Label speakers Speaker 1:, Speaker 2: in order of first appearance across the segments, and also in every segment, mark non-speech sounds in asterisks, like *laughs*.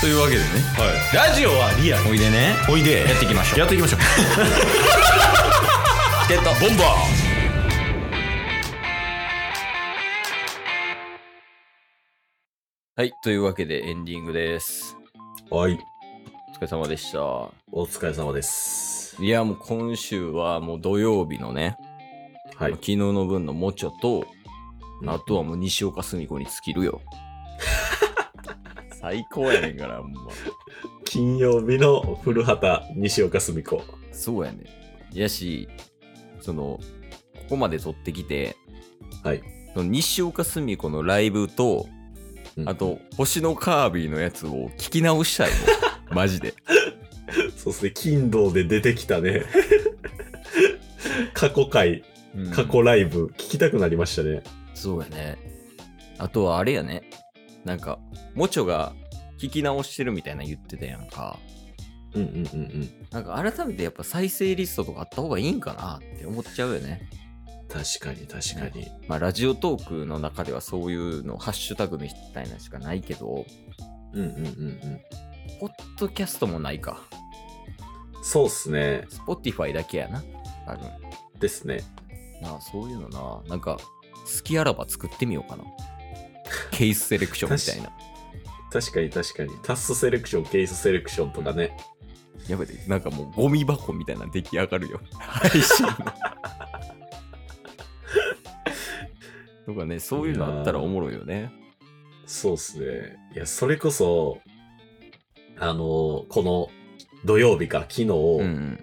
Speaker 1: というわけでね
Speaker 2: ラジオはリアル
Speaker 1: おいでね
Speaker 2: おいで
Speaker 1: やっていきましょう
Speaker 2: やっていきましょう
Speaker 1: チケットボンバーはい。というわけでエンディングです。
Speaker 2: はい
Speaker 1: お疲れ様でした。
Speaker 2: お疲れ様です
Speaker 1: いや、もう今週はもう土曜日のね、
Speaker 2: は
Speaker 1: 昨日の分のもちょと、あとはもう西岡澄子に尽きる *laughs* よ。最高やねんから、ほんま。
Speaker 2: 金曜日の古畑西岡澄子
Speaker 1: そうやねん。やし、その、ここまで撮ってきて、
Speaker 2: はい
Speaker 1: その西岡澄子のライブと、
Speaker 2: うん
Speaker 1: あと、星のカービィのやつを聞き直したい *laughs* もん。マジで。
Speaker 2: そうですね金堂で出てきた *laughs* ね過去回過去ライブ聞きたくなりましたね、
Speaker 1: そうやね。あとはあれやね。なんか、もちょが聞き直してるみたいなの言ってたやんか。
Speaker 2: うん、うんうんうん
Speaker 1: なんか改めてやっぱ再生リストとかあった方がいいんかなって思っちゃうよね。
Speaker 2: 確かに確かに、
Speaker 1: まあラジオトークの中ではそういうのハッシュタグみたいなしかないけど、
Speaker 2: うんうんうん
Speaker 1: ポッドキャストもないか。
Speaker 2: うんそうっすね
Speaker 1: スポティファイだけやな。多分。
Speaker 2: ですね
Speaker 1: なあ、そういうのな。なんか、好きあらば作ってみようかな。ケースセレクションみたいな。
Speaker 2: 確かに確かにタスセレクションケースセレクションとかね、
Speaker 1: やべて、なんかもうゴミ箱みたいなの出来上がるよ。配信の。とかね、そういうのあったらおもろいよね。
Speaker 2: そうっすねいやそれこそあのこの土曜日か昨日
Speaker 1: うんうん。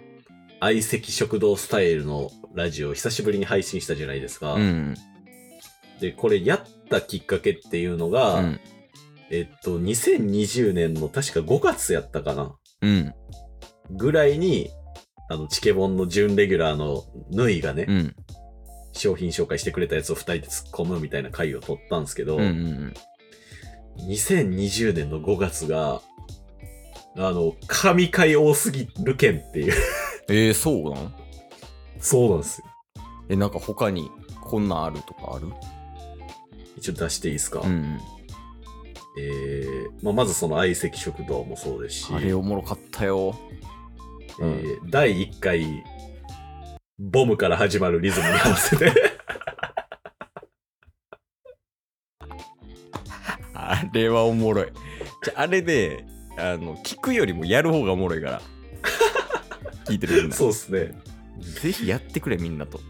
Speaker 2: 相席食堂スタイルのラジオを久しぶりに配信したじゃないですか、
Speaker 1: うんうん。
Speaker 2: でこれやったきっかけっていうのが、
Speaker 1: うん。
Speaker 2: えっと2020年の確か5月やったかな
Speaker 1: うん。
Speaker 2: ぐらいにあのチケボンの準レギュラーのぬいがね、
Speaker 1: うん。
Speaker 2: 商品紹介してくれたやつを2人で突っ込むみたいな回を撮ったんですけど、
Speaker 1: うんうん
Speaker 2: 2020年の5月が、あの、神回多すぎる件っていう。
Speaker 1: えー、そうなん
Speaker 2: *laughs* そうなんですよ。
Speaker 1: え、なんか他にこんなんあるとかある
Speaker 2: 一応出していいですか、
Speaker 1: うん
Speaker 2: えーまあ、まずその相席食堂もそうですし
Speaker 1: うん。、あれおもろかったよ。
Speaker 2: えー第1回、ボムから始まるリズムに合わせて、
Speaker 1: あれはおもろい。じゃあ、あれで、あの、聞くよりもやる方がおもろい *laughs* から。聞いてるみんな。
Speaker 2: *laughs* そうですね。
Speaker 1: ぜひやってくれ、みんなと。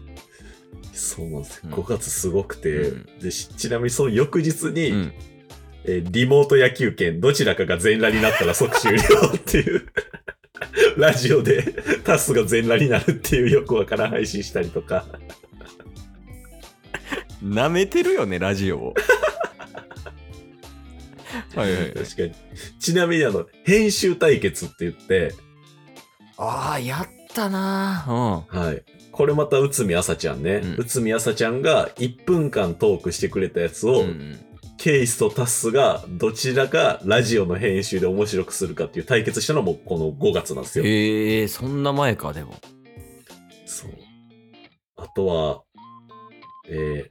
Speaker 2: そうなんですよ。
Speaker 1: うん
Speaker 2: 5月すごくて、
Speaker 1: う
Speaker 2: でしちなみにその翌日に、
Speaker 1: うん。
Speaker 2: えーリモート野球券、どちらかが全裸になったら即終了っていう、 *laughs* ラジオでタスが全裸になるっていうよくわからん配信したりとか、
Speaker 1: 舐めてるよね、ラジオを。 *laughs* はいはいはい。
Speaker 2: 確かに。ちなみにあの、編集対決って言って、
Speaker 1: ああ、やったなー
Speaker 2: はい。これまた内海朝ちゃんね
Speaker 1: うん。
Speaker 2: 内海朝ちゃんが1分間トークしてくれたやつを、
Speaker 1: うん。うん
Speaker 2: ケイスとタスがどちらがラジオの編集で面白くするかっていう対決したのもこの5月なんですよ。
Speaker 1: ええそんな前か、でも。
Speaker 2: そう。あとは、えー、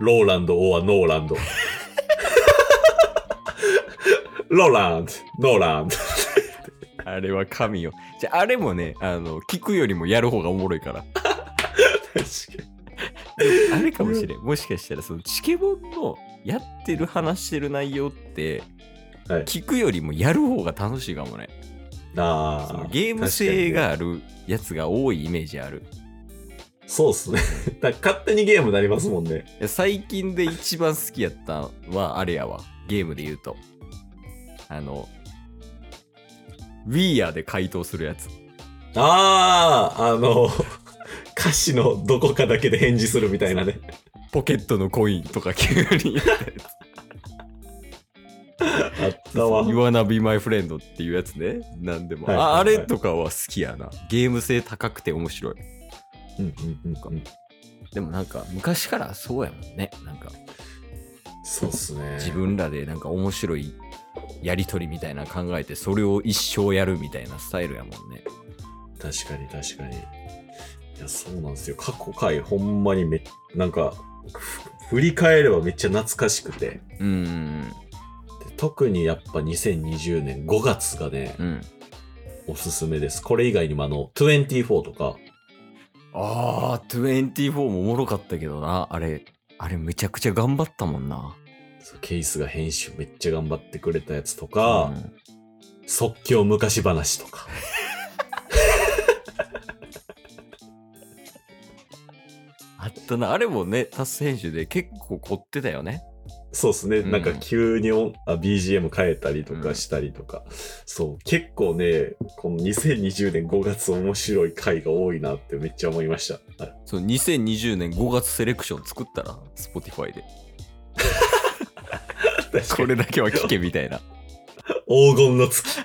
Speaker 2: ローランド・オア・ノー
Speaker 1: *laughs*
Speaker 2: ランド。ローランド、ノーランド。
Speaker 1: あれは神よ。じゃあ、あれもね、あの、聞くよりもやる方がおもろい *laughs* から。あれかもしれん。もしかしたら、その、チケボンのやってる話してる内容って、
Speaker 2: はい
Speaker 1: 聞くよりもやる方が楽しいかもね。
Speaker 2: あ
Speaker 1: その
Speaker 2: あ、
Speaker 1: ゲーム性があるやつが多いイメージある。
Speaker 2: そうっすね。だから勝手にゲームになりますもんね。
Speaker 1: いや最近で一番好きやったんはあれやわゲームで言うとあの We Are で回答するやつ
Speaker 2: ああ、あの、歌詞のどこかだけで返事するみたいなね。
Speaker 1: ポケットのコインとか急に
Speaker 2: あったわ。
Speaker 1: *laughs* You wanna be my friend っていうやつね何でも、
Speaker 2: はいはいはい
Speaker 1: ああれとかは好きやなゲーム性高くて面白い
Speaker 2: うんうんうんうん
Speaker 1: でもなんか昔からそうやもんねなんか
Speaker 2: そうっすね。
Speaker 1: 自分らでなんか面白いやり取りみたいな考えてそれを一生やるみたいなスタイルやもんね
Speaker 2: 確かに確かに。いや、そうなんですよ。過去回ほんまにめ、なんか、ふ振り返ればめっちゃ懐かしくて。
Speaker 1: うんうんうん
Speaker 2: 特にやっぱ2020年5月がね、
Speaker 1: うん。
Speaker 2: おすすめです。これ以外にもあの、24とか、
Speaker 1: ああ、24もおもろかったけどな。あれ、あれめちゃくちゃ頑張ったもんな。
Speaker 2: そうケイスが編集めっちゃ頑張ってくれたやつとか、
Speaker 1: うん
Speaker 2: 即興昔話とか。
Speaker 1: あったな。あれもね、タス編集で結構凝ってたよね。
Speaker 2: そうですね、
Speaker 1: うん
Speaker 2: なんか急に音あ BGM 変えたりとかしたりとか、そう、結構ね、この2020年5月面白い回が多いなってめっちゃ思いました。あ
Speaker 1: そう、2020年5月セレクション作ったら、Spotify で。
Speaker 2: 確かに
Speaker 1: これだけは聞けみたいな。
Speaker 2: 黄金の月。
Speaker 1: *laughs*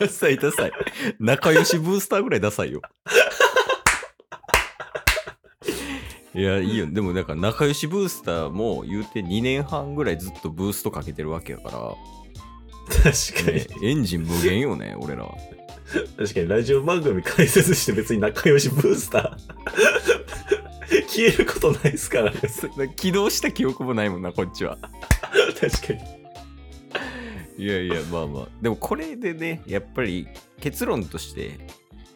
Speaker 1: ダサいダサい。仲良しブースターぐらいダサいよ。 *laughs* いや、いいよ。でもなんか仲良しブースターも言うて2年半ぐらいずっとブーストかけてるわけやか、
Speaker 2: 確から
Speaker 1: *laughs*
Speaker 2: に、
Speaker 1: ね、エンジン無限よね、俺らは。
Speaker 2: 確かにラジオ番組解説して別に仲良しブースター *laughs* 消えることないですからね。
Speaker 1: 起動した記憶もないもんな、こっちは。
Speaker 2: 確かに。
Speaker 1: いやいや、まあまあ。でもこれでね、やっぱり結論として、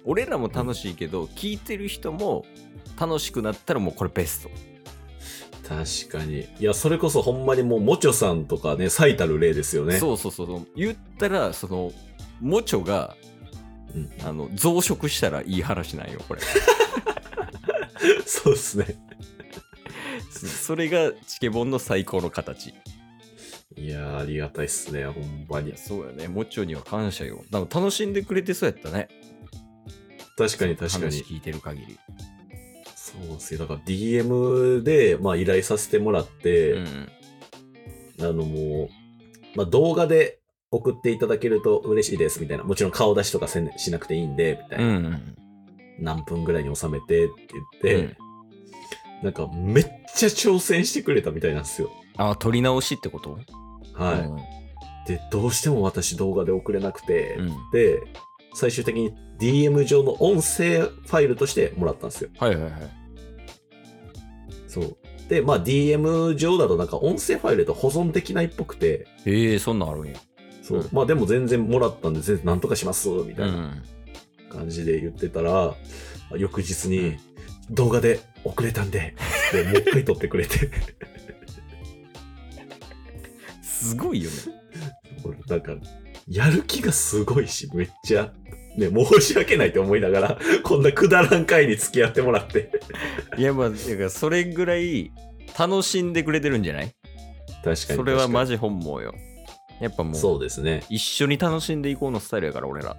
Speaker 1: 俺らも楽しいけど、聞いてる人も楽しくなったらもうこれベスト。
Speaker 2: 確かに。いや、それこそほんまにもう、もちょさんとかね、最たる例ですよね。
Speaker 1: そうそうそうそう言ったらそのモチョが
Speaker 2: うん
Speaker 1: あの増殖したらいい話なんよこ *laughs* れ
Speaker 2: *laughs* そうですね。
Speaker 1: そそれがチケボンの最高の形い
Speaker 2: いやー、ありがたいっすね、ほんまに
Speaker 1: や。そうよねモチョには感謝よ多分楽しんでくれてそうやったね
Speaker 2: 確かに確か
Speaker 1: 話
Speaker 2: に。
Speaker 1: 聞いてる限り
Speaker 2: そうですね。だから DM で、まあ、依頼させてもらって、
Speaker 1: うん
Speaker 2: あのもう、まあ、動画で送っていただけると嬉しいです、みたいな。もちろん顔出しとかせんしなくていいんで、みたいな。
Speaker 1: ん
Speaker 2: 何分ぐらいに収めてって言って、
Speaker 1: うん
Speaker 2: なんかめっちゃ挑戦してくれたみたいなんですよ。
Speaker 1: あ撮り直しってこと
Speaker 2: はい。で、どうしても私動画で送れなくて、
Speaker 1: うんうん
Speaker 2: で、最終的に DM 上の音声ファイルとしてもらったんですよ。
Speaker 1: はいはいはい
Speaker 2: そう。で、まあ DM 上だとなんか音声ファイルと保存できないっぽくて、
Speaker 1: えー、そんなんあるんや
Speaker 2: そう。
Speaker 1: うん
Speaker 2: まあでも全然もらったんで全然なんとかします、みたいな感じで言ってたら、翌日
Speaker 1: う
Speaker 2: に
Speaker 1: ん
Speaker 2: 動画で遅れたんで、でもう一回撮ってくれて。 *laughs*
Speaker 1: すごいよね
Speaker 2: 俺なんか、やる気がすごいし、めっちゃ、ね、申し訳ないと思いながら、こんなくだらん会に付き合ってもらって。
Speaker 1: *laughs* いやまあだからそれぐらい楽しんでくれてるんじゃない
Speaker 2: 確かに。
Speaker 1: それはマ
Speaker 2: ジ
Speaker 1: ジ本望よやっぱもう
Speaker 2: そうですね。
Speaker 1: 一緒に楽しんでいこうのスタイルやから俺ら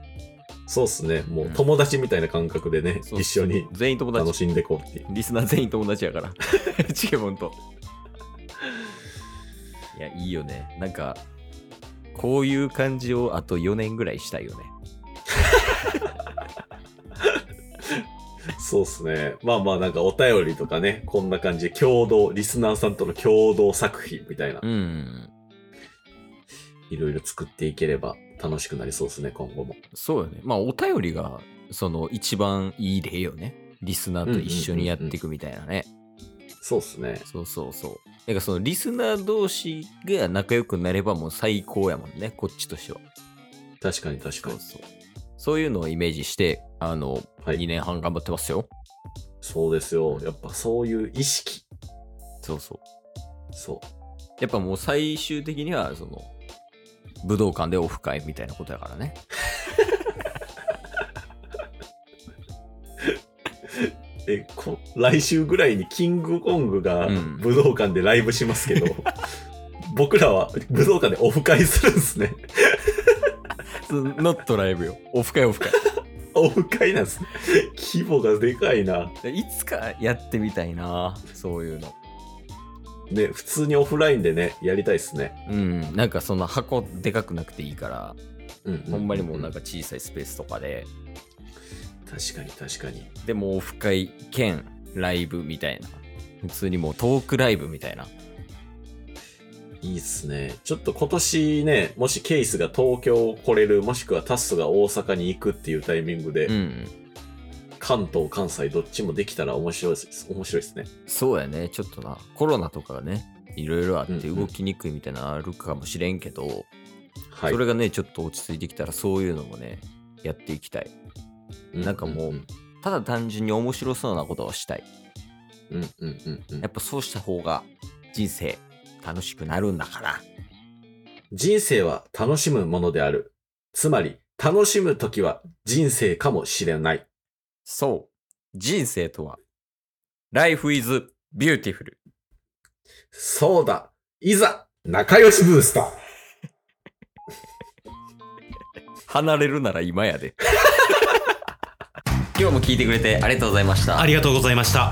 Speaker 2: そうですね。も
Speaker 1: う
Speaker 2: うん友達みたいな感覚でね、
Speaker 1: そう
Speaker 2: 一緒に
Speaker 1: 全員友
Speaker 2: 楽
Speaker 1: 達
Speaker 2: しんでこうっていう。
Speaker 1: リスナー全員友達や *laughs* からチケモンといやいいよねなんかこういう感じをあと4年ぐらいしたいよね
Speaker 2: そうですね。まあまあなんかお便りとかね、こんな感じで共同、リスナーさんとの共同作品みたいな、
Speaker 1: ん
Speaker 2: いろいろ作っていければ楽しくなりそうですね、今後も。
Speaker 1: そうよねまあお便りがその一番いい例よねリスナーと一緒にやっていくみたいなね
Speaker 2: そうですね。
Speaker 1: そうそうそうなんかそのリスナー同士が仲良くなればもう最高やもんねこっちとしては
Speaker 2: 確かに確か
Speaker 1: そう
Speaker 2: に。
Speaker 1: そうそういうのをイメージしてあの
Speaker 2: はい
Speaker 1: 2。年半頑張ってますよ。
Speaker 2: そうですよ。やっぱそういう意識。
Speaker 1: そうそう。
Speaker 2: そう。
Speaker 1: やっぱもう最終的には、その、武道館でオフ会みたいなことやから *laughs* ね。
Speaker 2: えこ来週ぐらいにキングコングが
Speaker 1: うん
Speaker 2: 武道館でライブしますけ
Speaker 1: *laughs*
Speaker 2: ど、僕らは武道館でオフ会するんですね。
Speaker 1: ノットライブよ。オフ会オフ会。
Speaker 2: オフ会なんですね。規模がでかいな。
Speaker 1: *laughs* いつかやってみたいな、そういうの。
Speaker 2: ね、普通にオフラインでね、やりたいですね。
Speaker 1: うん、なんかその箱でかくなくていいから、
Speaker 2: うん
Speaker 1: ほんまにもうなん
Speaker 2: か。
Speaker 1: か小さいスペースとかで、
Speaker 2: 確かに確かに。
Speaker 1: でもオフ会兼ライブみたいな。普通にもうトークライブみたいな。
Speaker 2: いいっすね。ちょっと今年ね、もしケイスが東京来れる、もしくはタスが大阪に行くっていうタイミングで、
Speaker 1: うん。
Speaker 2: 関東、関西どっちもできたら面白いです。面白いですね。
Speaker 1: そうやね、ちょっとな。コロナとかがね、いろいろあって
Speaker 2: うんうん
Speaker 1: 動きにくいみたいなのあるかもしれんけど、
Speaker 2: はい。
Speaker 1: それがねちょっと落ち着いてきたらそういうのもねやっていきたいなんかもうただ単純に面白そうなことをしたい
Speaker 2: うん、うん、うんうんうん。
Speaker 1: やっぱそうした方が人生楽しくなるんだから
Speaker 2: 人生は楽しむものである。つまり、楽しむときは人生かもしれない。
Speaker 1: そう人生とは Life is beautiful
Speaker 2: そうだ。いざ、仲良しブースター。
Speaker 1: 離れるなら今やで *laughs* 今日も聞いてくれてありがとうございました
Speaker 3: ありがとうございました。